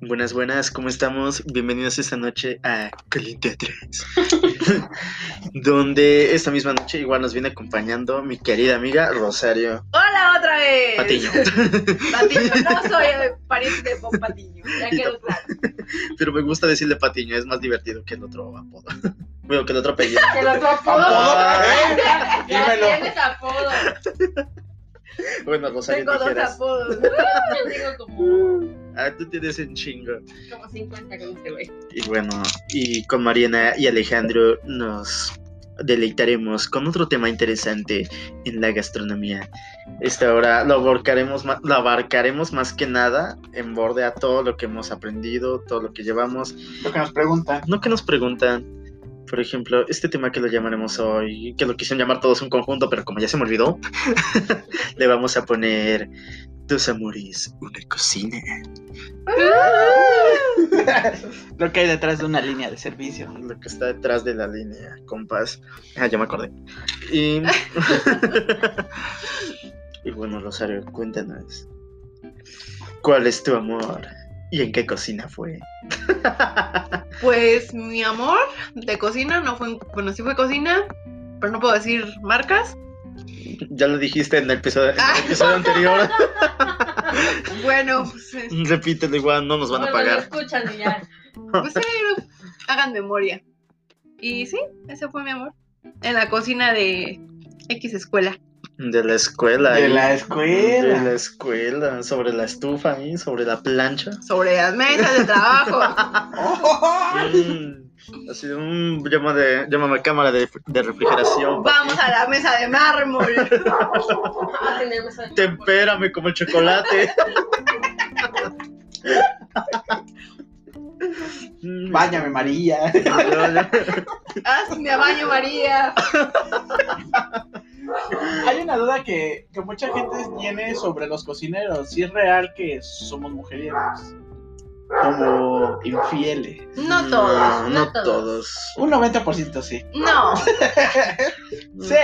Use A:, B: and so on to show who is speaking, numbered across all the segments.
A: Buenas, buenas, ¿cómo estamos? Bienvenidos esta noche a Caliente 3, donde esta misma noche igual nos viene acompañando mi querida amiga Rosario
B: ¡Hola otra vez!
A: Patiño.
B: Patiño, no soy eh, pariente de Bob Patiño, ya quedó claro.
A: Pero me gusta decirle Patiño, es más divertido que el otro apodo. Bueno, que el otro apellido.
B: Que lo
A: Ah,
B: Ya
C: dímelo.
B: tienes apodo.
A: Bueno, Rosario,
B: Tengo dos
A: dijeras,
B: apodos. Yo tengo como,
A: ah, tú tienes un chingo.
B: como 50 con este güey.
A: Y bueno, y con Mariana y Alejandro nos deleitaremos con otro tema interesante en la gastronomía. Esta hora lo abarcaremos, ma- lo abarcaremos más que nada en borde a todo lo que hemos aprendido, todo lo que llevamos.
C: Lo que nos preguntan.
A: No que nos preguntan, por ejemplo, este tema que lo llamaremos hoy, que lo quisieron llamar todos un conjunto, pero como ya se me olvidó, le vamos a poner dos amores, una cocina.
C: Lo que hay detrás de una línea de servicio.
A: lo que está detrás de la línea, compás. Ah, ya me acordé. Y, y bueno, Rosario, cuéntanos. ¿Cuál es tu amor? ¿Y en qué cocina fue?
B: Pues mi amor de cocina no fue, bueno, sí fue cocina, pero no puedo decir marcas.
A: Ya lo dijiste en el episodio, en el episodio anterior.
B: Bueno, pues, eh,
A: Repítelo igual, no nos van a
D: Bueno, lo
A: pagar.
D: escuchan y ya.
B: pues sí, hagan memoria. Y sí, ese fue mi amor. En la cocina de X escuela.
A: De la escuela.
C: De
A: ahí.
C: la escuela.
A: De la escuela. Sobre la estufa ahí, sobre la plancha.
B: Sobre las mesas de trabajo.
A: Ah. Mm, así de un llama de, llámame cámara de, de refrigeración. papi.
B: Vamos a la mesa de mármol.
D: Vamos a tener mesa de-
A: Tempérame como el chocolate. Mm,
C: Báñame, María.
B: Hazme a baño, María.
C: Hay una duda que, que mucha gente tiene sobre los cocineros. Si es real que somos mujeriegos. Como infieles.
B: No todos.
A: No,
D: no
A: no todos.
C: Un 90% sí.
B: No.
C: Sí,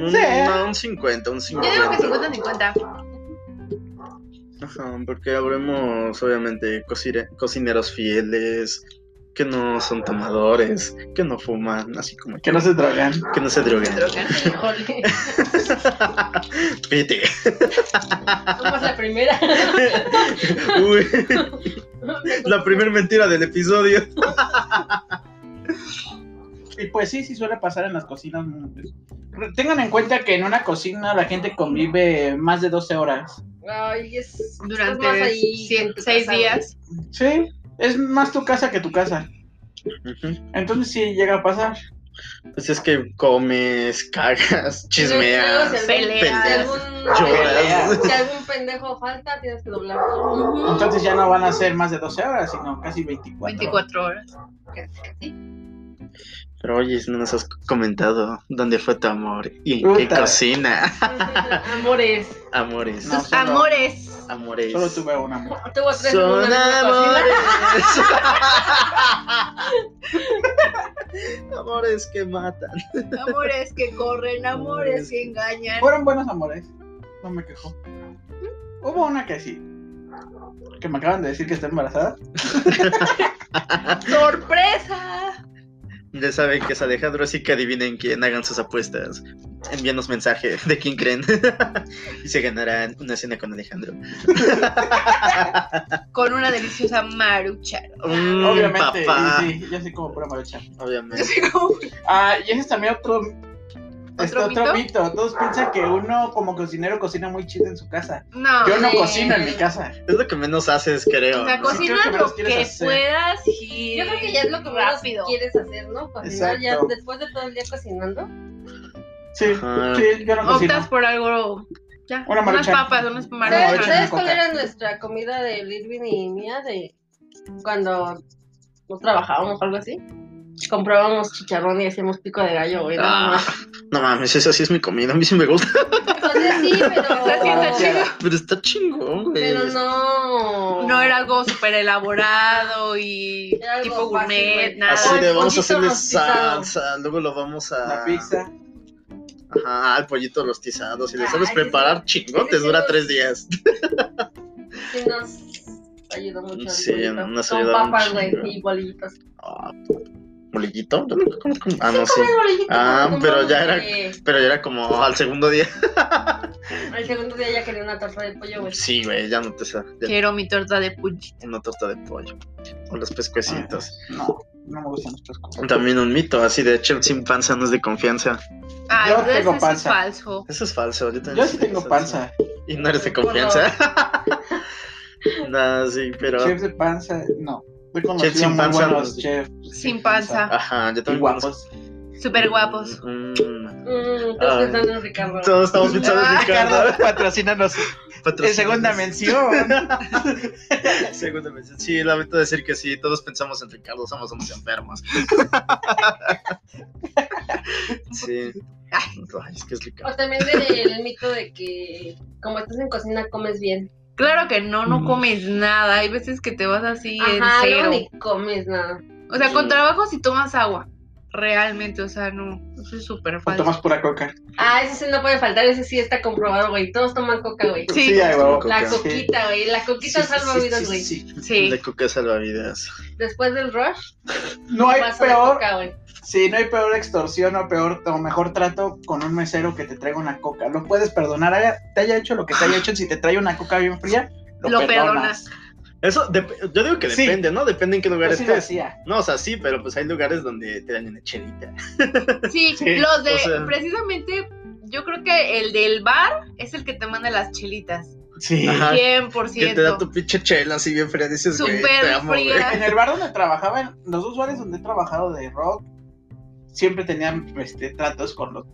A: Un-
C: sí.
A: No, un 50, un
B: Yo digo que
A: 50.
B: 50-50.
A: Ajá, porque habremos, obviamente, cocire- cocineros fieles, que no son tomadores, que no fuman, así como
C: Que no se drogan.
A: que no se drogan.
B: Drogan.
D: Híjole.
A: Vete.
D: Vamos a la primera.
A: Uy, la primera mentira del episodio.
C: Y pues sí, sí suele pasar en las cocinas. Tengan en cuenta que en una cocina la gente convive más de 12 horas.
D: Ay, es. estás más
B: Durante
D: ahí en tu
B: 6
D: casa,
B: días.
C: Sí, es más tu casa que tu casa.
A: Ujú.
C: Entonces sí llega a pasar.
A: Pues es que comes, cagas, chismeas.
D: Luego, si algún- Si
B: Peleas.
D: algún,
A: Lloras.
D: si algún pendejo falta, tienes que doblar todo.
C: Entonces ya no van a ser más de 12 horas, sino casi 24.
B: 24 horas.
A: Pero oye, no nos has comentado dónde fue tu amor y en qué
C: Puta.
A: cocina.
D: Amores.
A: Amores.
C: No,
B: Sus
C: solo-
B: amores.
A: Amores.
C: Solo tuve una mujer.
D: Tuvo tres Pues, en una
A: Son
D: misma cocina.
A: amores. amores que matan.
B: Amores que corren, amores que engañan.
C: Fueron buenos amores. No me quejo. Hubo una que sí. Que me acaban de decir que está embarazada.
B: ¡Sorpresa!
A: Ya saben que es Alejandro, así que adivinen quién, hagan sus apuestas. Envíenos mensaje de quién creen. y se ganarán una cena con Alejandro.
B: Con una deliciosa maruchara.
A: Mm,
C: Obviamente.
A: papá.
C: y sí, yo soy como pura marucha.
A: Obviamente.
B: Yo soy como-
C: Ah, y ese es también otro. Este
B: ¿Otro
C: otro mito. Todos piensan que uno como cocinero cocina muy chido en su casa.
A: Ah,
B: No.
C: Yo no
D: Sí.
C: cocino en mi casa.
A: Es lo que menos haces, creo.
B: O sea,
A: ¿no?
C: cosa-
B: cocina
C: creo que
B: lo
C: menos
B: que
C: quieres hacer.
B: puedas y
D: Yo creo que ya es lo que más
B: rápido.
D: quieres hacer, ¿no? Cocinar ya
C: Exacto.
D: después de todo el día cocinando.
C: Sí,
A: Ajá.
C: sí, yo no
B: Optas
C: cocino.
B: por algo. Ya,
C: Una
B: unas
C: maruchan.
B: papas, unas
D: ¿Sabes,
C: maruchan.
B: maruchas.
D: sabes cuál era nuestra comida de Irving y mía de cuando no trabajábamos o algo así? Comprábamos chicharrón y hacíamos pico de gallo, güey. nada
A: Ah,
D: más.
A: no mames, esa sí es mi comida. A mí sí me gusta.
D: O sea, sí,
B: sea, sí está
D: pero.
B: chido.
A: Pero está chingón, güey.
D: Pero no.
B: No era algo súper elaborado y
D: Era algo
B: tipo
D: fácil,
B: gourmet,
D: güey.
B: nada.
A: Así de
D: el
A: vamos a
D: pollito
A: hacerle
D: rostizado.
A: salsa, luego lo vamos a.
C: La pizza.
A: Ajá, al pollito rostizado. Si le
D: Ay,
A: sabes preparar, chingón, te
D: ese
A: dura
D: no-
A: tres días.
D: Sí nos ayudó mucho.
A: Sí,
D: el bolito.
A: nos
D: Con
A: ayudaron
D: papas,
A: un
D: güey,
A: chingo.
D: y bolillitos.
A: Ah, ¿Bolillito? Yo nunca comí como- Ah, no, sí.
D: Comí bolillitos,
A: Ah,
D: no,
A: pero ya era-
D: porque
A: Pero ya era como al segundo día.
D: Al segundo día ya quería una torta de pollo, güey.
A: Sí, güey, ya no te sa- ya
B: Quiero mi torta de puchito.
A: una torta de pollo. Con los pescuecitos.
C: No, no me gustan los pescos.
A: También un mito, así de chef sin panza no es de confianza.
B: Ah,
C: Yo
B: entonces
C: tengo
B: eso es
C: panza.
B: falso.
A: Eso es falso. Yo, también
C: Yo
A: soy
C: sí
A: de
C: tengo
A: esas.
C: panza.
A: Y no eres de confianza. no, sí, pero.
C: Chefs de panza, no. He conocido
A: Chefs sin
C: muy
A: panza,
C: buenos
A: no.
C: chefs
B: Sin panza.
A: Ajá, yo
C: Y
A: también.
C: guapos.
B: Súper guapos.
A: Mm. Ah.
D: Mmm, estás pensando en Ricardo.
A: Todos estamos pensando en
B: Ah,
A: Ricardo.
C: patrocínanos. En segunda mención.
A: Segunda mención. Sí, lamento decir que sí, todos pensamos en Ricardo, somos unos enfermos. sí.
B: Ay.
A: Ay, es que es Ricardo.
D: O también del mito de que como estás en cocina comes bien.
B: Claro que no, no
C: Mm.
B: comes nada. Hay veces que te vas así
D: Ajá,
B: en
D: luego
B: cero.
D: ni comes nada.
B: O sea,
A: Mm.
B: con trabajo si tomas agua. Realmente, o sea, no. Eso es súper
C: O
B: falso.
C: tomas pura coca.
D: Ah, ese sí no puede faltar, ese sí está comprobado, güey. Todos toman coca, güey.
B: Sí.
C: ahí va.
A: Coca.
D: La coquita, güey. La
C: Sí,
D: coquita
C: sí,
D: salva
C: sí,
D: vidas,
C: sí,
D: güey.
C: sí.
B: Sí.
A: De coca salvavidas.
D: Después del rush,
C: No hay
D: vaso de
C: peor,
D: coca, güey.
C: sí, no hay peor extorsión o peor o mejor trato con un mesero que te traiga una coca. Lo puedes perdonar, haga- te haya hecho lo que te haya hecho, si te trae una coca bien fría, lo,
B: Lo
C: perdonas.
A: Eso, dep- yo digo que
C: Sí.
A: depende, ¿no? Depende en qué lugar
C: Yo sí lo
A: estés.
C: hacía.
A: No, o sea, sí, pero pues hay lugares donde te dan una chelita.
B: Sí,
C: Sí,
B: los de,
A: o sea.
B: precisamente, yo creo que el del bar es el que te manda las chilitas.
C: Sí.
A: Ajá. Ah,
B: 100%.
A: Que te da tu pinche chela así bien fría, dices, güey,
B: Súper
A: te amo, güey.
B: fría.
C: En el bar donde trabajaba, en los dos bares donde he trabajado de rock, siempre tenían este, tratos con los,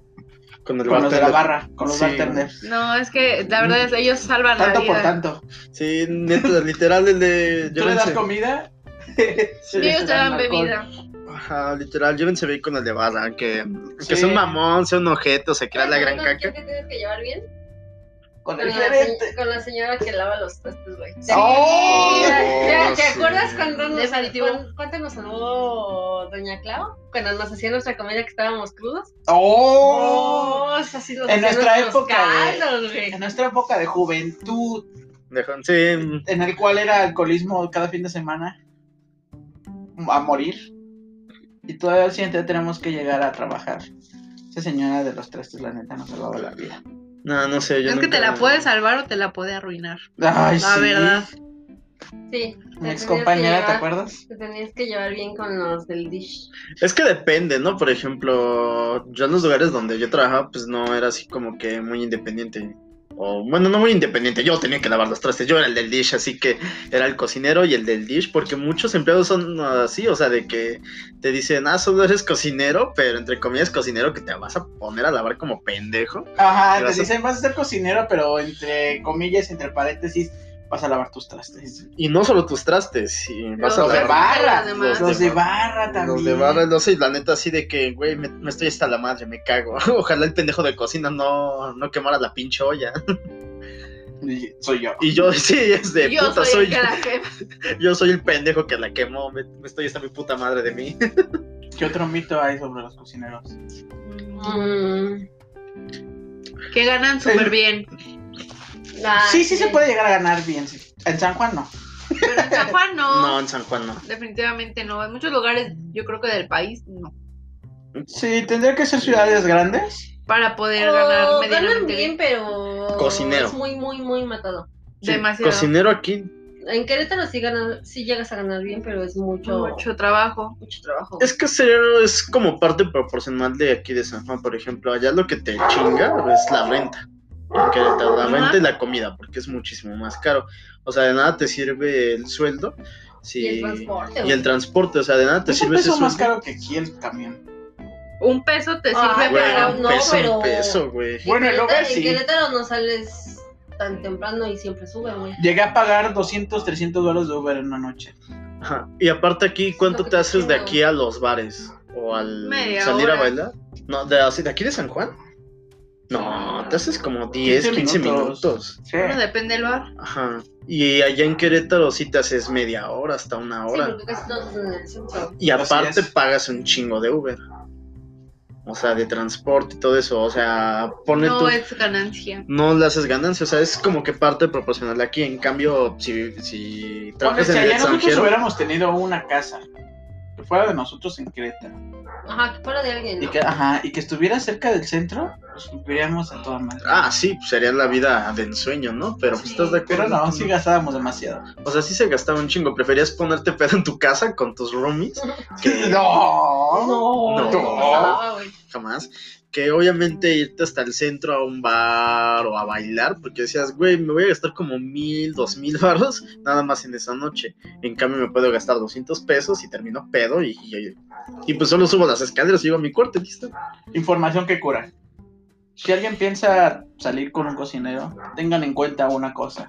A: Con el
C: con los de la
A: bartender.
C: barra, con los
A: Sí.
C: bartenders.
B: No, es que la verdad es ellos salvan la
C: Tanto
B: vida.
C: por tanto.
A: Sí, neta, literal el de...
C: Tú le das
A: llévense-
C: comida.
A: Sí.
B: Y ellos te dan
C: alcohol.
B: bebida.
A: Ajá, literal, llévense bien con el de barra, que,
C: Sí.
A: que sea un mamón, sea un objeto, se crea la gran
D: ¿Sabes
A: caca.
D: con quién te tienes que llevar bien?
C: Con
D: Con
C: el
D: la, se-
C: gerente.
D: con la señora que lava los trastes, güey.
B: Sí.
C: ¡Oh!
D: Mira,
A: sí.
D: ¿Te acuerdas cuando nos,
B: Definitivo.
D: cuán- cuánto nos salvó Doña Clau? Cuando nos hacía nuestra comida que estábamos crudos.
C: ¡Oh!
D: Oh, es así nos
C: En
D: hacía
C: nuestra
D: nuestros
C: época, güey.
D: caldos, güey.
C: En nuestra época de juventud,
A: Dejó- sí,
C: en el cual era alcoholismo cada fin de semana, a morir, y todavía al siguiente día tenemos que llegar a trabajar. Esa señora de los trastes, la neta, nos salvaba la vida.
A: no, no sé, yo
B: es que te la
A: nunca-
B: puede salvar o te la puede arruinar.
C: Ay,
B: La
C: sí.
B: verdad.
D: Sí.
C: Mi
D: te
C: ex compañera, ¿te
D: tenías que llevar-
C: acuerdas?
D: Te tenías que llevar bien con los del dish.
A: Es que depende, ¿no? Por ejemplo, yo en los lugares donde yo trabajaba, pues no era así como que muy independiente. O, bueno, no muy independiente, yo tenía que lavar los trastes, yo era el del dish, así que era el cocinero y el del dish, porque muchos empleados son así, o sea, de que te dicen, ah, solo eres cocinero, pero entre comillas cocinero que te vas a poner a lavar como pendejo.
C: Ajá, te
A: Gracias.
C: dicen, vas a ser cocinero, pero entre comillas, entre paréntesis, vas a lavar tus trastes.
A: Y no solo tus trastes, y vas a
B: Los
C: Los de
A: lavar.
C: barra,
B: Los demás.
C: los de barra también.
A: Los de barra, no sé, y la neta así de que, güey, me, me estoy hasta la madre, me cago. Ojalá el pendejo de cocina no, no quemara la pinche olla.
C: Y- Soy yo.
A: Y yo, sí, es de
B: yo
A: puta,
B: soy,
A: soy,
B: el que la quema.
A: yo soy el pendejo que la quemó, me, me estoy hasta mi puta madre de mí.
C: ¿Qué otro mito hay sobre los cocineros?
D: Mm.
B: Que ganan súper bien.
D: Ay,
C: sí, sí se puede llegar a ganar bien. sí. En San Juan no.
B: Pero en San Juan
A: No,
B: no.
A: en San Juan no.
B: Definitivamente no. En muchos lugares, yo creo que del país, no.
C: Sí, tendría que ser ciudades grandes.
B: Para poder
D: Oh,
B: ganar
D: ganan
B: medianamente
D: bien,
B: bien.
D: pero
A: Cocinero.
D: es muy, muy, muy matado.
A: Sí,
B: Demasiado.
A: cocinero aquí.
D: En Querétaro sí, ganas, sí llegas a ganar bien, pero es mucho, mucho,
B: Mucho trabajo.
D: trabajo.
A: Es que ser es como parte proporcional de aquí de San Juan, por ejemplo. Allá lo que te chinga es la renta. En Querétaro, la
B: Ajá.
A: renta y la comida, porque es muchísimo más caro. O sea, de nada te sirve el sueldo. Si,
D: Y el transporte,
A: Y el
D: güey.
A: transporte, o sea, de nada te
C: Es un
A: sirve ese
C: peso más
A: sueldo.
C: caro que aquí el camión.
B: Un peso te
D: Ah,
B: sirve
A: Güey,
B: para
D: caro,
A: un
D: no,
A: peso,
D: pero-
A: un peso, güey.
D: En
C: Bueno, el
D: Querétaro-
C: Uber
D: en
C: sí.
D: Querétaro no sales tan temprano y siempre sube, güey.
C: Llegué a pagar 200, 300 dólares de Uber en una noche.
A: Ajá. Y aparte aquí,
D: Lo
A: ¿cuánto
D: que
A: te
D: te
A: haces de
D: queda.
A: aquí a los bares? ¿O al
B: Media
A: salir a
B: hora.
A: bailar? No, de, así, ¿de aquí de San Juun? No, te haces como 10,
C: 15
A: 15, minutos.
C: minutos. Sí.
B: Bueno, depende del bar.
A: Ajá. Y allá en Querétaro sí te haces media hora hasta una
D: Sí,
A: hora.
D: porque casi todos en el centro.
A: y
C: Así
A: aparte
C: es.
A: pagas un chingo de Uber. O sea, de transporte y todo eso. O sea, pone
B: no
A: tú-
B: es ganancia.
A: no le haces ganancia. O sea, es como que parte proporcional aquí. En cambio, si, si
C: Porque
A: trabajas
C: si
A: en el
C: allá nosotros
A: extranjero,
C: hubiéramos tenido una casa que fuera de nosotros en Creta
D: Ajá, que fuera de alguien.
C: y
D: ¿no?
C: que, ajá, y que estuviera cerca del centro, pues viviríamos a toda madre.
A: ah, sí, pues, sería la vida de ensueño, ¿no? Pero pues,
D: Sí,
A: estás de
C: Pero
A: acuerdo.
C: no, sí gastábamos demasiado.
A: O sea, sí se gastaba un chingo. ¿Preferías ponerte pedo en tu casa con tus roomies? Que
C: No,
A: No.
B: Ah,
D: pasaba, güey.
A: jamás. Que obviamente irte hasta el centro a un bar o a bailar, porque decías, güey, me voy a gastar como mil, dos mil baros nada más en esa noche. En cambio, me puedo gastar 200 pesos y termino pedo y, y- y, pues solo subo las escaleras y llego a mi cuarto, y listo.
C: Información que cura. Si alguien piensa salir con un cocinero, tengan en cuenta una cosa.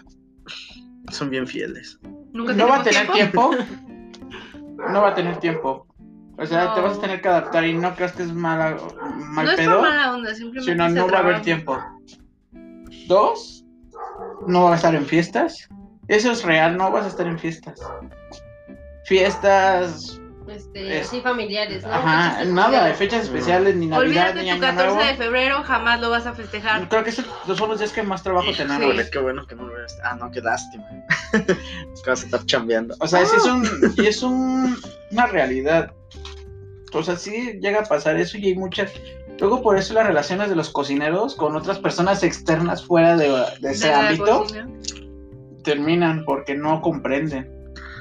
A: Son bien fieles.
B: Nunca
C: No va a tener
B: tenemos
C: tiempo. No va a tener tiempo. O sea, te vas a tener que adaptar y no creas que es mala, mal
B: no es
C: pedo.
B: por mala onda, simplemente
C: sino
B: se
C: no va a haber
B: trabaja.
C: tiempo. Dos, no vas a estar en fiestas. Eso es real, no vas a estar en fiestas. Fiestas,
D: Este,
C: Es-
D: sí, familiares, ¿no?
C: ajá,
D: Fechas
C: nada de
D: especiales.
C: fechas especiales, ni Navidad,
B: Olvídate
C: ni
B: tu
C: Año
B: 14
C: Nuevo.
B: de febrero, jamás lo vas a festejar.
C: Creo que esos son los días que más trabajo tenemos.
A: Híjole, qué bueno que no lo veas. Ah, no, qué lástima. que vas a estar chambeando.
C: O sea, sí es, un, sí es un- una realidad. O sea, sí llega a pasar eso y hay muchas... Luego por eso las relaciones de los cocineros con otras personas externas fuera de, de ese
B: De la
C: ámbito
B: cocina.
C: terminan porque no comprenden.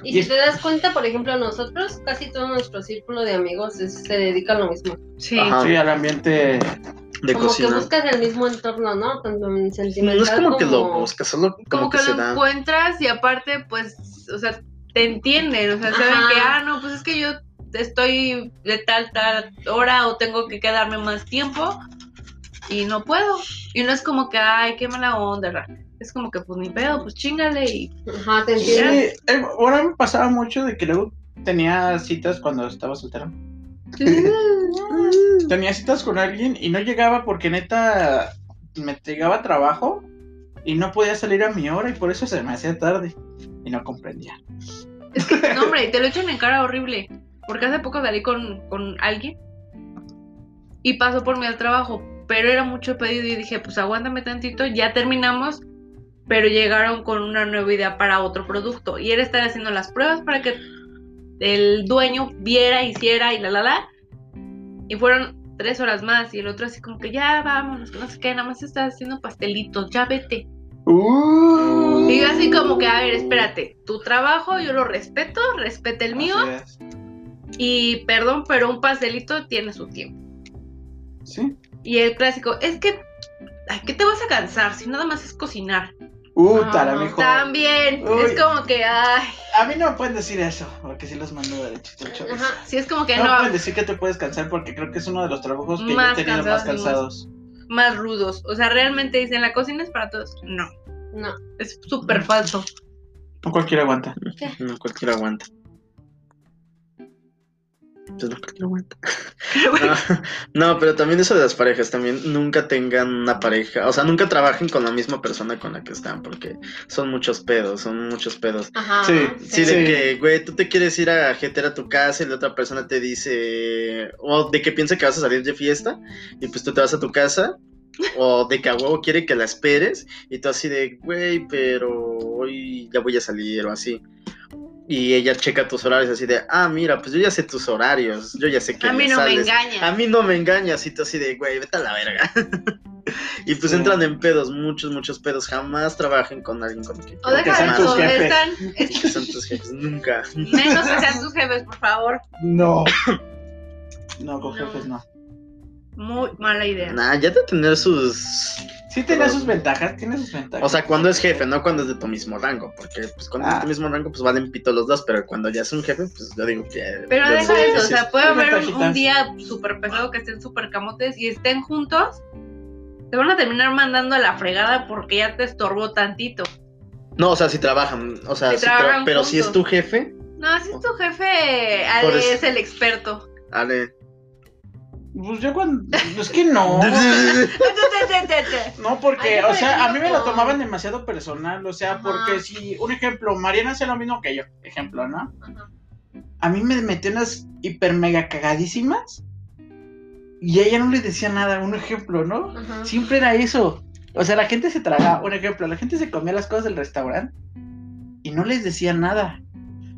D: Y si te das cuenta, por ejemplo, nosotros, casi todo nuestro círculo de amigos es- se dedica a lo mismo.
B: Sí.
A: Ajá. Ah.
C: Sí, al ambiente
A: De
D: como que
A: cocina.
D: buscas el mismo entorno, ¿no? Tanto en sentimental
A: No es como que lo buscas, solo como,
B: Como,
A: que,
B: que,
A: se
B: lo
A: da.
B: encuentras y aparte, pues, o sea, te entienden, o sea, saben
D: Ajá.
B: que, ah, no, pues es que yo estoy de tal, tal hora o tengo que quedarme más tiempo y no puedo. Y no es como que, ay, qué mala onda, ra. es como que, pues ni pedo, pues chingale y
D: Ajá, te
C: Sí,
D: entiendes.
C: eh, ahora me pasaba mucho de que luego tenía citas cuando estaba soltero.
B: Mm.
C: Tenía citas con alguien y no llegaba porque neta me llegaba a trabajo y no podía salir a mi hora y por eso se me hacía tarde y no comprendía.
B: No, hombre, te lo echan en cara horrible. Porque hace poco salí con, con alguien y pasó por mí al trabajo, pero era mucho pedido y dije, pues aguántame tantito, ya terminamos, pero llegaron con una nueva idea para otro producto y era estar haciendo las pruebas para que el dueño viera, hiciera y la la la. Y fueron tres horas más y el otro así como que ya vámonos, que no sé qué, nada más estás haciendo pastelitos, ya vete.
C: Uh.
B: Y yo así como que, a ver, espérate, tu trabajo yo lo respeto, respeta el mío.
C: Así es.
B: Y perdón, pero un pastelito tiene su tiempo.
C: Sí.
B: Y el clásico, es que, ay, ¿qué te vas a cansar si nada más es cocinar?
C: Uh,
D: Ah,
C: tara, mijo.
B: También,
C: Uy.
B: es como que, ay,
C: A mí no me pueden decir eso, porque sí los mando de chistocho.
D: Ajá.
B: sí, es como que
C: No, pues.
B: no,
C: me pueden decir que te puedes cansar porque creo que es uno de los trabajos que yo he
B: Más
C: tenido más
B: cansados, digo.
C: cansados.
B: más rudos. O sea, realmente dicen, la cocina es para todos. No,
D: No.
B: es súper falso.
C: No cualquiera aguanta.
A: No cualquiera aguanta. Pues no cualquiera aguanta. No, no, pero también eso de las parejas, también nunca tengan una pareja, o sea, nunca trabajen con la misma persona con la que están, porque son muchos pedos, son muchos pedos.
D: Ajá.
C: Sí,
A: Sí,
C: Sí.
A: de que, güey, tú te quieres ir a jeter a tu casa y la otra persona te dice, o de que piensa que vas a salir de fiesta y pues tú te vas a tu casa, o de que a huevo quiere que la esperes y tú así de, güey, pero hoy ya voy a salir o así. Y ella checa tus horarios así de, ah, mira, pues yo ya sé tus horarios, yo ya sé que
B: A mí
A: ya
B: no me
A: sales". A
B: engañan.
A: mí no me engañas, y tú así de, güey, vete a la verga. y pues
C: Sí.
A: entran en pedos, muchos, muchos pedos. Jamás trabajen con alguien con quien
B: O
C: que
B: deja
C: sean
B: de
C: tus
B: eso,
C: jefes.
B: están,
A: que son tus jefes, nunca.
B: menos que sean tus jefes, por favor.
C: No. No, con
B: No.
C: jefes no.
B: Muy mala idea.
A: Nah, ya de tener sus.
C: Sí tiene sus ventajas, tiene sus ventajas.
A: O sea, cuando es jefe, no cuando es de tu mismo rango. Porque pues cuando es
C: Ah.
A: de tu mismo rango, pues valen pito los dos. Pero cuando ya es un jefe, pues yo digo que.
B: Pero
A: yo
B: deja
A: digo que
B: eso, o
A: sí
B: sea, puede
C: Unas
B: haber un, un
C: tajitas.
B: día súper pesado que estén súper camotes y estén juntos, te van a terminar mandando a la fregada porque ya te estorbó tantito.
A: es- No, o sea, si trabajan. O sea,
B: Si
A: si tra-
B: trabajan
A: pero si es
B: juntos.
A: tu jefe,
B: No, si es tu jefe, Ale
A: Por eso.
B: es el experto.
A: Ale.
C: Pues yo cuando... Es que no.
A: Ah,
C: No, porque,
D: Ay, yo
C: o sea,
D: por
C: a mí me lo
D: ejemplo-
C: tomaban demasiado personal. O sea,
D: Ajá.
C: porque si, un ejemplo, Mariana hace lo mismo que yo, ejemplo, ¿no?
D: Ajá.
C: A mí me metió unas hiper mega cagadísimas. Y ella no le decía nada, un ejemplo, ¿no?
D: Ajá.
C: Siempre era eso. O sea, la gente se tragaba, un ejemplo, la gente se comía las cosas del restaurante y no les decía nada.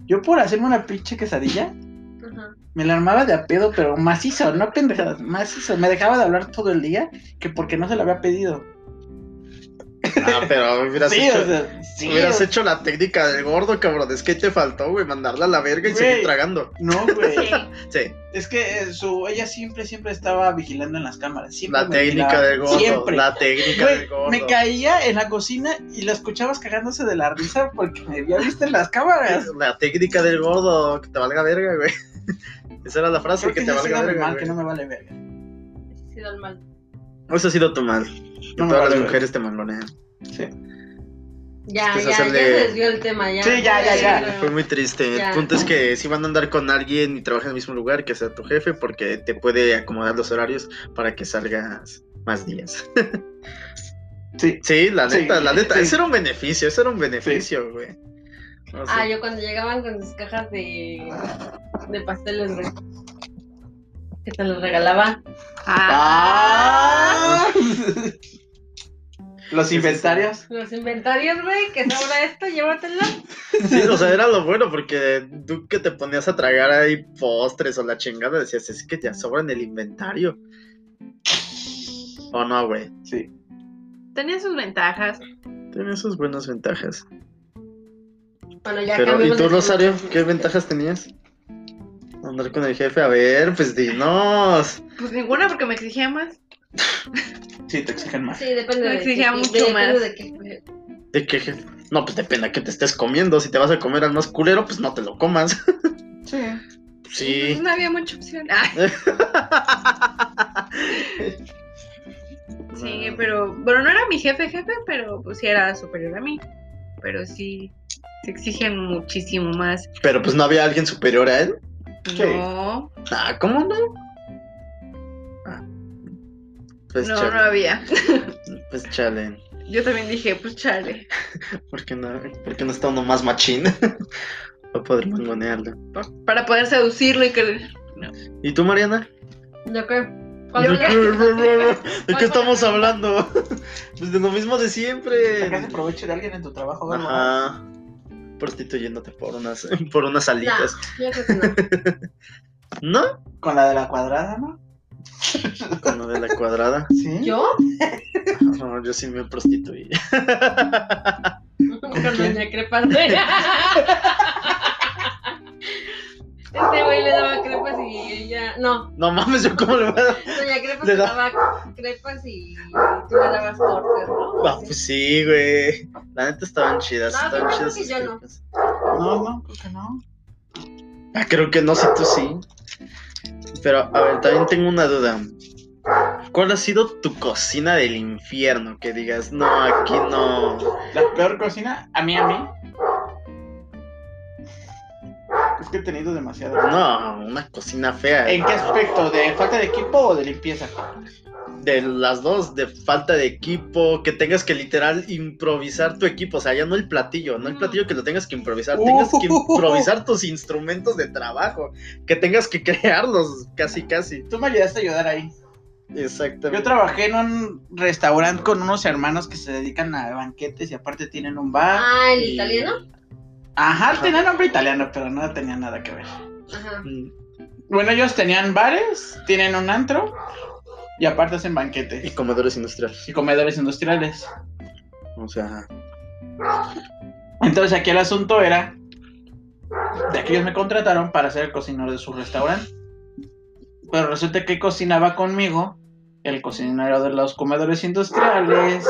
C: Yo por hacerme una pinche quesadilla,
D: Ajá.
C: me la armaba de a pedo, pero macizo, no pendejadas, macizo. Me dejaba de hablar todo el día que porque no se la había pedido.
A: Ah, pero hubieras,
C: Sí,
A: hecho,
C: o sea, sí.
A: hubieras
C: o-
A: hecho la técnica del gordo, cabrón. Es que te faltó, güey, mandarla a la verga y
C: Güey.
A: seguir tragando.
C: No, güey.
B: Sí.
A: Sí,
C: Es que eh, su, ella siempre, siempre estaba vigilando en las cámaras. Siempre
A: la
C: me
A: técnica
C: vigilaba,
A: del gordo.
C: pues, Siempre.
A: La técnica
C: Güey,
A: del gordo.
C: me caía en la cocina y la escuchabas cagándose de la risa porque me había visto en las cámaras.
A: La técnica del gordo, que te valga verga, güey. Esa era la frase,
C: Creo
A: que,
C: que
A: te
C: ese ha sido
A: valga
C: mi
A: verga.
C: mal,
A: güey.
C: que no me vale verga.
D: Ha sido el mal.
A: Eso Pues ha sido tu mal. Que
C: No
A: todas
C: me vale
A: las
C: verga.
A: mujeres te maldonean.
C: Sí.
D: Ya,
A: Pues
D: ya,
A: hacerle-
D: ya se desvió el tema, ya.
C: Sí, ya, ya, ya.
A: Fue muy triste.
D: Ya.
A: El punto es que si van a andar con alguien y trabajan en el mismo lugar, que sea tu jefe, porque te puede acomodar los horarios para que salgas más días.
C: Sí.
A: Sí, la
C: Sí,
A: neta, la neta.
C: sí.
A: Ese era un beneficio, ese era un beneficio, güey. No sé.
D: Ah, yo cuando llegaban con sus cajas de, de pasteles, güey. Que te los regalaban.
C: Ah. Los inventarios.
D: Los inventarios, güey, que sobra esto, llévatelo.
A: Sí, o sea, era lo bueno, porque tú que te ponías a tragar ahí postres o la chingada, decías, es que ya sobran el inventario. O no, güey.
C: Sí.
B: Tenía sus ventajas.
A: Tiene sus buenas ventajas.
D: Bueno, ya
A: Pero, ¿y
D: cambiamos
A: tú,
D: de tema.
A: Rosario, qué ventajas tenías? Andar con el jefe, a ver, pues dinos.
B: Pues ninguna porque me exigía más.
C: Sí, te exigen más.
D: Sí, depende
B: Me
D: de
B: exigía
D: qué-
B: mucho
D: depende
B: más.
D: de qué-
A: ¿De qué jefe? No, pues depende a qué te estés comiendo. Si te vas a comer al más culero, pues no te lo comas.
C: Sí.
B: Pues
A: Sí.
B: no había mucha opción. Ah, sí,
A: Ah.
B: pero. Bueno, no era mi jefe, jefe, pero pues sí era superior a mí. Pero sí. Se exigen muchísimo más.
A: Pero pues no había alguien superior a él.
C: Sí.
B: No,
A: Ah, ¿cómo no? Ah. Pues
B: no, no
A: chale.
B: había.
A: Pues chale.
B: Yo también dije, pues chale,
A: ¿Por qué no, por qué no está uno más machín? Para poder mangonearlo.
B: pa- para poder seducirlo y que
A: ¿Y tú, Mariana?
D: ¿De qué? ¿Cuál
A: ¿De
D: fue la-
A: qué, ¿De qué
D: ¿Cuál
A: estamos
D: fue la-
A: hablando? Pues de lo mismo de siempre.
C: Sacaste provecho de alguien en tu trabajo, güey.
A: Ajá. Prostituyéndote por unas, por unas alitas.
D: Yo creo que no.
A: ¿No?
C: Con la de la cuadrada, ¿no?
A: Con lo de la cuadrada.
C: Sí.
D: ¿Yo?
A: No, yo sí me prostituí.
D: Con
C: quién?
D: doña Crepas. güey. Este güey le daba crepas y ella. No,
A: No mames, yo cómo le voy a dar.
D: doña Crepas
A: Le
D: le
A: da-
D: daba crepas y tú le dabas tortas, ¿no?
A: Ah, pues sí, güey. La neta estaban chidas.
D: No,
A: estaban
D: yo creo
A: chidas.
D: que yo
A: esas
D: no.
A: crepas.
C: No, no, creo que no.
A: Ah, creo que no, si tú sí. Pero, a ver, también tengo una duda. ¿Cuál ha sido tu cocina del infierno? Que digas, no, aquí no.
C: La peor cocina, a mí, a mí. Es que he tenido demasiado.
A: No, una cocina fea.
C: ¿En qué aspecto? ¿De falta de equipo o de limpieza?
A: De las dos, de falta de equipo, que tengas que literal improvisar tu equipo. O sea, ya no el platillo, no el platillo que lo tengas que improvisar. Tengas que improvisar tus instrumentos de trabajo, que tengas que crearlos casi, casi.
C: Tú me ayudaste a ayudar ahí. Yo
A: Exactamente.
C: trabajé en un restaurante con unos hermanos que se dedican a banquetes y aparte tienen un bar.
D: Ah, el
C: y-
D: italiano.
C: Ajá, tenía nombre italiano, pero no tenía nada que ver.
D: Ajá.
A: Mm,
C: Bueno, ellos tenían bares, tienen un antro y aparte hacen
A: Y
C: banquetes
A: comedores industriales.
C: y comedores industriales.
A: O sea,
C: Entonces aquí el asunto era de que ellos me contrataron para ser el cocinero de su restaurante. Pero resulta que cocinaba conmigo el cocinero de los comedores industriales,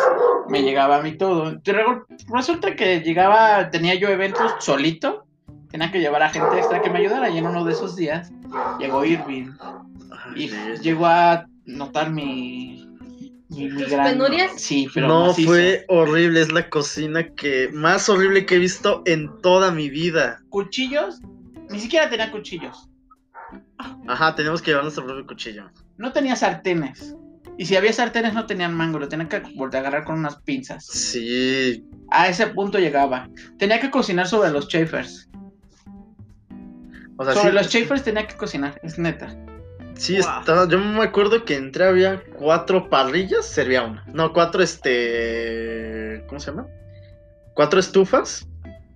C: me llegaba a mí todo. Te rego- Resulta que llegaba, tenía yo eventos solito, tenía que llevar a gente extra que me ayudara y en uno de esos días llegó Irving y llegó a notar mi... mi, mi
D: ¿Tus penurias?
C: Sí, pero
A: no
C: macizo.
A: fue horrible, es la cocina que más horrible que he visto en toda mi vida.
C: Cuchillos, ni siquiera tenía cuchillos.
A: Ajá, tenemos que llevar nuestro propio cuchillo.
C: no tenía sartenes. Y si había sartenes no tenían mango, lo tenían que volver a agarrar con unas pinzas.
A: Sí,
C: A ese punto llegaba. Tenía que cocinar sobre los chafers.
A: o sea,
C: Sobre
A: sí,
C: los chafers tenía que cocinar, es neta.
A: Sí,
D: Guau.
A: estaba. Yo me acuerdo que entré, había cuatro parrillas, servía una. No, cuatro, este. ¿Cómo se llama? Cuatro estufas,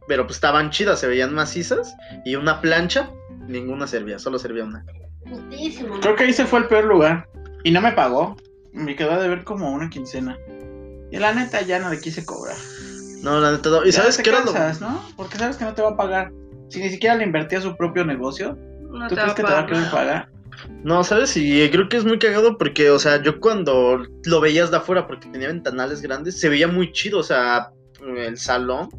A: pero pues estaban chidas, se veían macizas. Y una plancha, ninguna servía, solo servía una.
D: Putísimo.
C: Creo que ahí se fue el peor lugar. Y no me pagó. Me quedó de ver como una quincena. Y la neta ya no le quise cobrar.
A: No, la neta, no. ¿Y
C: Ya
A: sabes
C: te
A: qué era lo.?
C: cansas, ¿no? Porque sabes que no te va a pagar. Si ni siquiera le invertía su propio negocio,
B: No
C: ¿tú
B: te
C: crees
B: va
C: que te va a
B: pagar
C: querer
B: nada.
C: pagar?
A: No, ¿sabes? Y eh, creo que es muy cagado porque, o sea, yo cuando lo veías de afuera, porque tenía ventanales grandes, se veía muy chido, o sea, el salón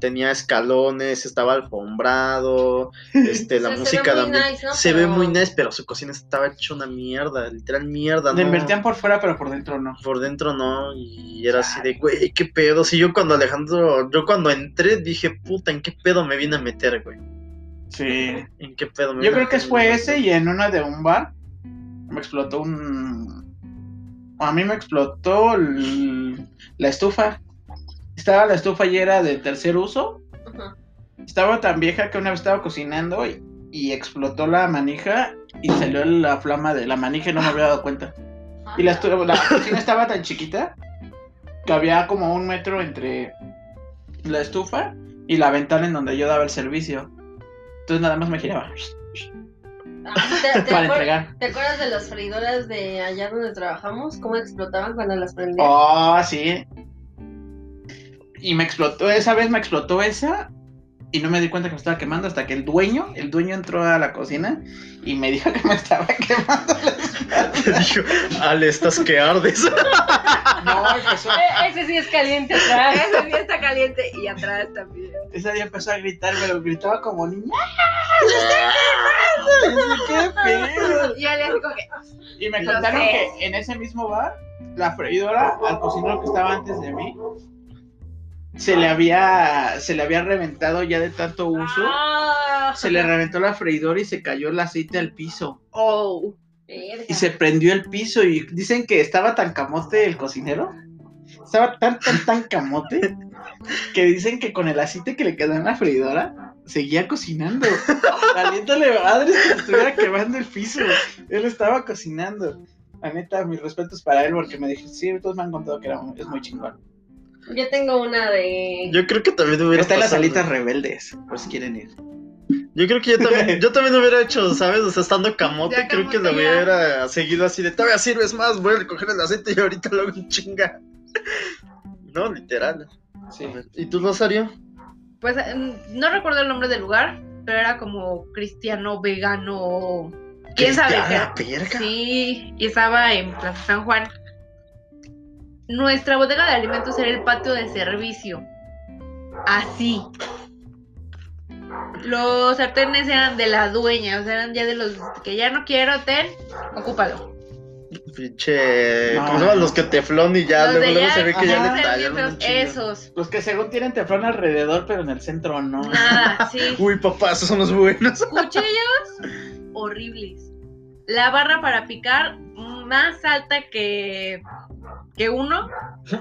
A: tenía escalones, estaba alfombrado, este, la
D: Se- se
A: música
D: ve muy
A: también.
D: nice, ¿no?
A: Se ve
D: Pero-
A: muy nice, pero su cocina estaba hecha una mierda, literal mierda,
C: Le
A: ¿no?
C: invertían por fuera, pero por dentro no.
A: Por dentro no, y era así de, güey, qué pedo. Si yo cuando Alejandro, yo cuando entré dije, puta, ¿en qué pedo me vine a meter, güey?
C: Sí.
A: ¿En qué pedo me
C: Yo
A: vine a
C: creo que
A: meter?"
C: fue ese y en una de un bar me explotó un... A mí me explotó el- la estufa. Estaba la estufa y era de tercer uso.
D: Ajá.
C: Estaba tan vieja que una vez estaba cocinando y, y explotó la manija y salió la flama de la manija y no me había dado cuenta. Y la, estu- la cocina estaba tan chiquita que había como un metro entre la estufa y la ventana en donde yo daba el servicio. Entonces nada más me giraba
D: Ah, ¿Te, te
C: para
D: acuer-
C: entregar.
D: ¿te acuerdas de las freidoras de allá donde trabajamos? ¿Cómo explotaban cuando las prendían?
C: Oh, sí. Y me explotó, esa vez me explotó esa y no me di cuenta que me estaba quemando hasta que el dueño, el dueño entró a la cocina y me dijo que me estaba quemando.
A: Te dijo, Ale, estás que ardes.
C: No, empezó,
D: Eh, ese sí es caliente, ¿verdad?
B: Ese día está caliente y atrás también.
C: ese día empezó a gritar, pero gritaba como niña. ¡Qué pedo!
B: Y Ale así como que,
C: Y me
B: Lo
C: contaron
B: sé.
C: que en ese mismo bar, la freidora al cocinero que estaba antes de mí se le había se le había reventado ya de tanto uso.
D: Ah,
C: Se le reventó la freidora y se cayó el aceite al piso.
B: oh.
D: verga.
C: Y se prendió el piso y dicen que estaba tan camote el cocinero. Estaba tan, tan, tan camote que dicen que con el aceite que le quedó en la freidora seguía cocinando. Valiéndole madres que estuviera quemando el piso. Él estaba cocinando. La neta, mis respetos para él porque me dijo, sí, todos me han contado que era un- es muy chingón.
D: Yo tengo una de.
A: Yo creo que también hubiera
C: Está en las
A: pasado.
C: alitas rebeldes, por si quieren ir.
A: Yo creo que yo también, yo también lo hubiera hecho, ¿sabes? O sea, estando camote,
B: Ya
A: creo que lo
B: camote, ya.
A: hubiera seguido así de todavía sirves más, voy a recoger el aceite y ahorita lo hago en chinga. No, literal.
C: Sí.
A: ¿Y tú, Rosario?
B: Pues eh, no recuerdo el nombre del lugar, pero era como cristiano, vegano. ¿Quién sabe qué era?
A: Cristiana, verga.
B: Sí, y estaba en Plaza San Juan. Nuestra bodega de alimentos era el patio de servicio. Así. Los sartenes eran de la dueña, o sea, eran ya de los que ya no quiero, ten, ocúpalo.
A: Pinche.
C: No.
A: ¿Cómo se llaman los que teflón y ya?
B: los
A: Luego,
B: de
A: luego se ve que ya le
B: ajá, eran bien
A: tallaron un
B: feos,
A: chingo.
B: Esos,
C: Los que según tienen teflón alrededor, pero en el centro no.
B: nada, sí.
A: Uy, papá, esos son los buenos.
B: Cuchillos horribles. La barra para picar más alta que, que uno.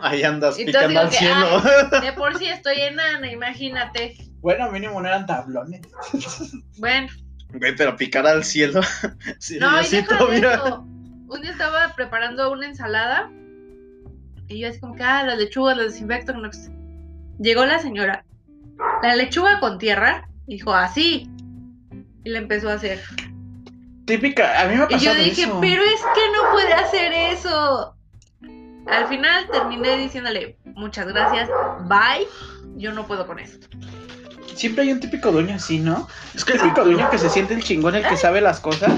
A: Ahí andas
B: Y tú
A: picando al
B: así como
A: cielo.
B: De por sí estoy enana, imagínate.
C: Bueno, mínimo no eran tablones.
B: Bueno.
A: Güey, pero picar al cielo. Sí,
B: No, y
A: Diosito,
B: deja de
A: mira.
B: eso. Un día estaba preparando una ensalada y yo así como que, ah, las lechugas, las desinfecto, no sé. Llegó la señora, la lechuga con tierra, dijo, así. Y la empezó a hacer.
C: Típica, a mí me pasó
B: Y yo
C: de
B: dije,
C: eso.
B: pero es que no puede hacer eso. Al final terminé diciéndole, muchas gracias, bye, yo no puedo con esto.
C: Siempre hay un típico dueño así, ¿no?
A: Es que
C: El típico dueño que se siente el chingón, el que sabe las cosas.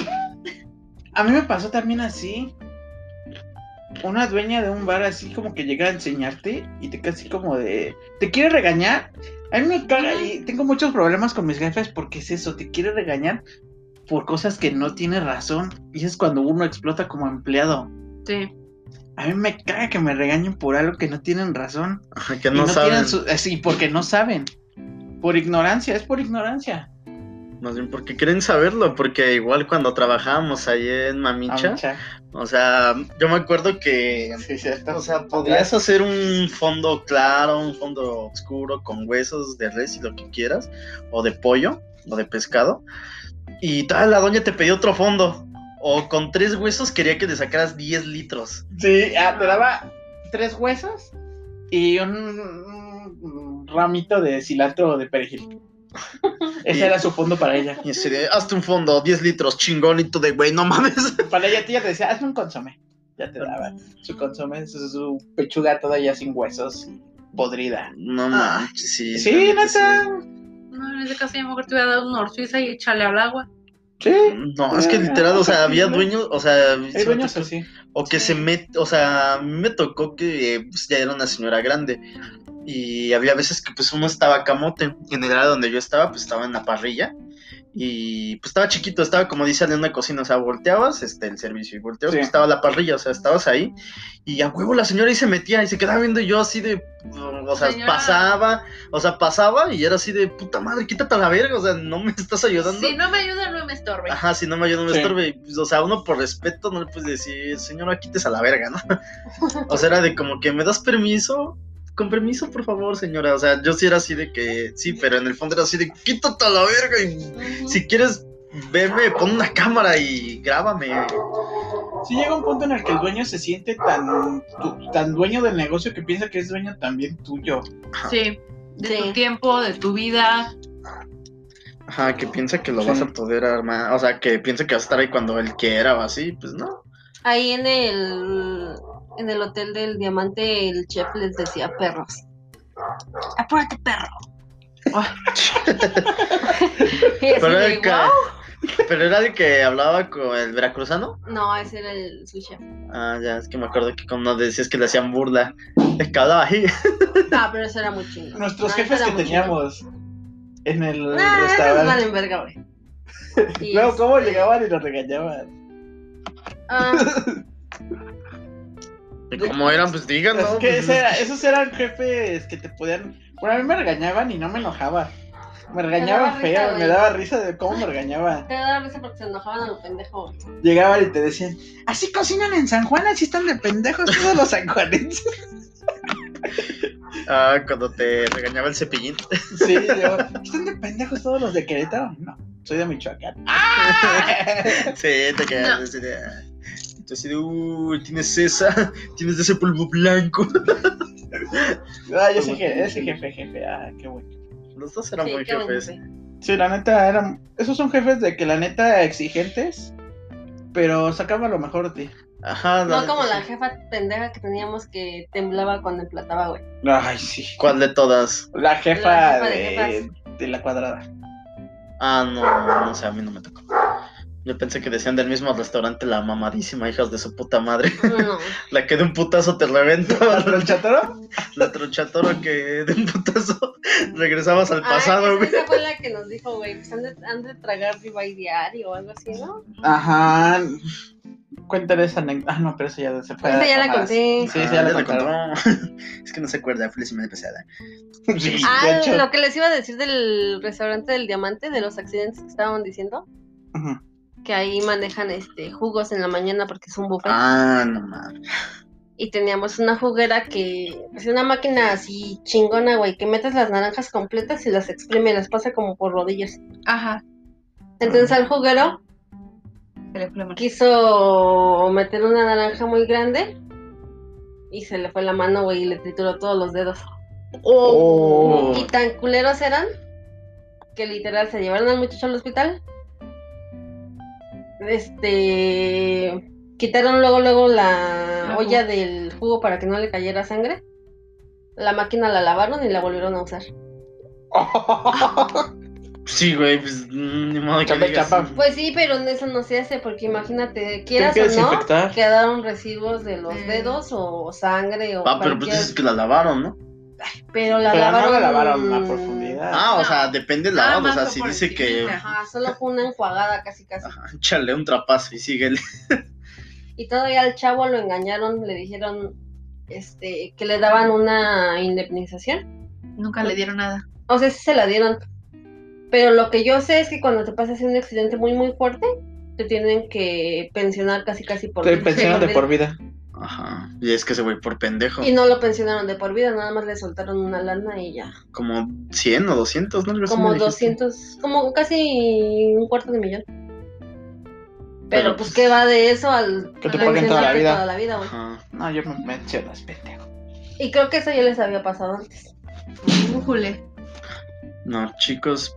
C: A mí me pasó también así. Una dueña de un bar así como que llega a enseñarte y te queda así como de... ¿Te quiere regañar? A mí me caga y tengo muchos problemas con mis jefes porque es eso, te quiere regañar por cosas que no tiene razón. Y es cuando uno explota como empleado.
B: Sí.
C: A mí me caga que me regañen por algo que no tienen razón.
A: que
C: Y
A: no,
C: no
A: saben.
C: tienen su- eh, sí, porque no saben. Por ignorancia, es por ignorancia.
A: Más bien porque quieren saberlo, porque igual cuando trabajábamos ahí en Mamicha,
C: Amicha.
A: o sea, yo me acuerdo que,
C: Sí, cierto.
A: o sea, podrías hacer un fondo claro, un fondo oscuro con huesos de res y lo que quieras, o de pollo, o de pescado, y tal, la doña te pedía otro fondo, o con tres huesos quería que le sacaras 10 litros.
C: Sí, ah, te daba tres huesos y un, un ramito de cilantro o de perejil. Ese
A: Sí.
C: era su fondo para ella.
A: Y así de, hazte un fondo, 10 litros, chingonito de güey, no mames.
C: Para ella, ella te decía, hazme un consomé. Ya te daba su consomé, su, su pechuga toda ya sin huesos, podrida.
A: No
C: Ah.
A: manches, sí.
C: Sí,
A: realmente
C: neta.
B: No, en ese caso yo mejor te hubiera dado un orzuiza y echarle al agua.
C: Sí.
A: No, es que literal, o sea, había dueños, o sea,
C: Hay
A: sí me
C: dueños
A: tocó-
C: así.
A: o que
B: Sí.
A: se met, o sea, a mí me tocó que eh, pues, ya era una señora grande y había veces que pues uno estaba camote, en el área donde yo estaba, pues estaba en la parrilla y pues estaba chiquito, estaba como dicen en una cocina, o sea, volteabas este el servicio y volteabas,
C: Sí.
A: pues, estaba la parrilla, o sea, estabas ahí y a huevo la señora ahí se metía y se quedaba viendo y yo así de, o sea,
B: Señora.
A: pasaba, o sea, pasaba y era así de puta madre, quítate a la verga, o sea, no me estás ayudando.
B: Si no me ayuda, no me estorbe.
A: Ajá, si no me ayuda, no me
C: Sí.
A: estorbe. Y, pues, O sea, uno por respeto no le puedes decir, señora, quites a la verga, ¿no? o sea, era de como que, ¿me das permiso? Con permiso, por favor, señora. O sea, yo sí era así de que, sí, pero en el fondo era así de, quítate a la verga. Y
B: Ujú.
A: si quieres, veme, pon una cámara y grábame.
C: Sí llega un punto en el que el dueño se siente tan, tu- tan dueño del negocio que piensa que es dueño también tuyo.
B: Sí. De
D: Sí.
B: tu tiempo, de tu vida.
A: Ajá, que piensa que lo
C: Sí.
A: vas a poder armar. O sea, que piensa que vas a estar ahí cuando él quiera o así. Pues no.
D: Ahí en el en el hotel del diamante el chef les decía perros. Apúrate perro. Y así
A: Pero era,
D: de,
A: de que,
D: "Guau".
A: pero era de que hablaba con el veracruzano.
D: No, ese era el su chef.
A: Ah, ya, es que me acuerdo que cuando decías que le hacían burla, es que hablaba así.
D: Ah, pero eso era muy chingón.
C: Nuestros
D: Ah,
C: jefes
D: eso
C: que
D: era muy
C: teníamos en el
D: chingón. Nah, esos
C: restaurante.
D: valen verga, güey. Y
C: Luego,
D: es-
C: ¿cómo llegaban y nos regañaban?
D: ah,
A: ¿Y cómo eran? Pues digan,
C: Es
A: ¿no?
C: que
A: Pues,
C: ese era- esos eran jefes que te podían... Bueno, a mí me regañaban y no me enojaba. Me regañaban
D: daba risa,
C: feo,
D: güey.
C: me daba risa de cómo me regañaban.
D: te da risa porque se enojaban a los pendejos.
C: Llegaban y te decían, así cocinan en San Juan, así están de pendejos todos los sanjuanenses.
D: pues,
A: Ah, cuando te regañaba el cepillín.
C: Sí, yo, están de pendejos todos los de Querétaro. No, soy de Michoacán. Ah,
A: Sí, te quedas
B: No.
A: así de... ah. Tú así de, "Uy, tienes esa, tienes ese polvo blanco.
C: Ah, yo soy jefe, ese jefe, jefe. Ah, qué bueno.
A: Los dos eran
D: Sí,
A: muy
D: qué bonito,
A: jefes.
D: güey.
C: Sí, la neta, eran... Esos son jefes de que la neta exigentes, pero sacaban lo mejor de ti.
A: Ajá,
D: No
A: neta,
D: como
A: sí.
D: la jefa pendeja que teníamos que temblaba cuando emplataba, güey.
C: Ay, sí.
A: ¿Cuál de todas?
C: La jefa,
D: La jefa de
C: de, de la cuadrada.
A: Ah, no, no sé, a mí no me tocó. Yo pensé que decían del mismo restaurante la mamadísima hijas de su puta madre.
D: No.
A: La que de un putazo te reventaba.
C: ¿Pero el chatero?
A: La tronchatoro que de un putazo regresabas al
D: Ah,
A: pasado,
D: esa-
A: güey.
D: esa fue la que nos dijo, güey, pues han de, han de tragar ribeye diario o algo así, ¿no?
C: Ajá. Cuéntale esa anécdota. Ah, no, pero esa ya se fue.
D: Esa ya la
C: Ajá.
D: conté.
C: Sí, sí, ya Ah, la
A: le
C: contaron.
A: Es que Ah, no se acuerda, fue la semana pasada.
C: Sí, de
D: Ah,
C: hecho.
D: lo que les iba a decir del restaurante del diamante, de los accidentes que estaban diciendo,
C: Ujú.
D: que ahí manejan este jugos en la mañana porque es un buffet.
A: Ah, no mames.
D: Y teníamos una juguera que es una máquina así chingona, güey, que metes las naranjas completas y las exprime y las pasa como por rodillas.
B: Ajá.
D: Entonces al juguero
B: Se le fue la mano.
D: quiso meter una naranja muy grande y se le fue la mano, güey, y le trituró todos los dedos.
A: Oh.
D: Y tan culeros eran que literal se llevaron al muchacho al hospital. Este. Quitaron luego, luego la
B: La
D: olla del jugo para que no le cayera sangre. La máquina la lavaron y la volvieron a usar.
A: Sí, güey, pues mm, ni modo que
C: Chapa,
A: digas.
C: chapa.
D: Pues sí, pero eso no se hace porque imagínate,
C: Tienen
D: quieras
C: que
D: o no,
C: desinfectar.
D: quedaron residuos de los
B: Mm.
D: dedos o sangre o
A: Ah, pero pues
D: cualquier-
A: dices que la lavaron, ¿no?
D: pero la
C: Pero
D: lavaron.
C: no la lavaron a profundidad.
A: Ah, o
B: No.
A: sea, depende del
B: Nada
A: lavado. O
B: más
A: sea,
B: fue
A: si
B: por
A: dice que.
B: encimita.
D: Ajá, solo fue una enjuagada casi casi.
A: Ajá, Échale un trapazo y síguele.
D: Y todavía al chavo lo engañaron, le dijeron este que le daban una indemnización.
B: Nunca le dieron nada.
D: O sea, sí se la dieron. Pero lo que yo sé es que cuando te pasas en un accidente muy muy fuerte, te tienen que pensionar casi casi por
C: Estoy pensando de por vida.
A: Ajá. Y es que ese güey, por pendejo,
D: Y no lo pensionaron de por vida, nada más le soltaron una lana y ya.
A: como 100 o 200, ¿no? Algo así
D: Como
A: me dijiste.
D: 200, como casi un cuarto de millón. Pero pues, ¿qué va de eso al.
C: Que te
D: a la
C: paguen toda la
D: licencia
C: vida.
D: toda la vida, güey?
A: Ajá.
C: No, yo me mencionas, pendejo.
D: Y creo que eso ya les había pasado antes.
B: Újule.
A: No, chicos,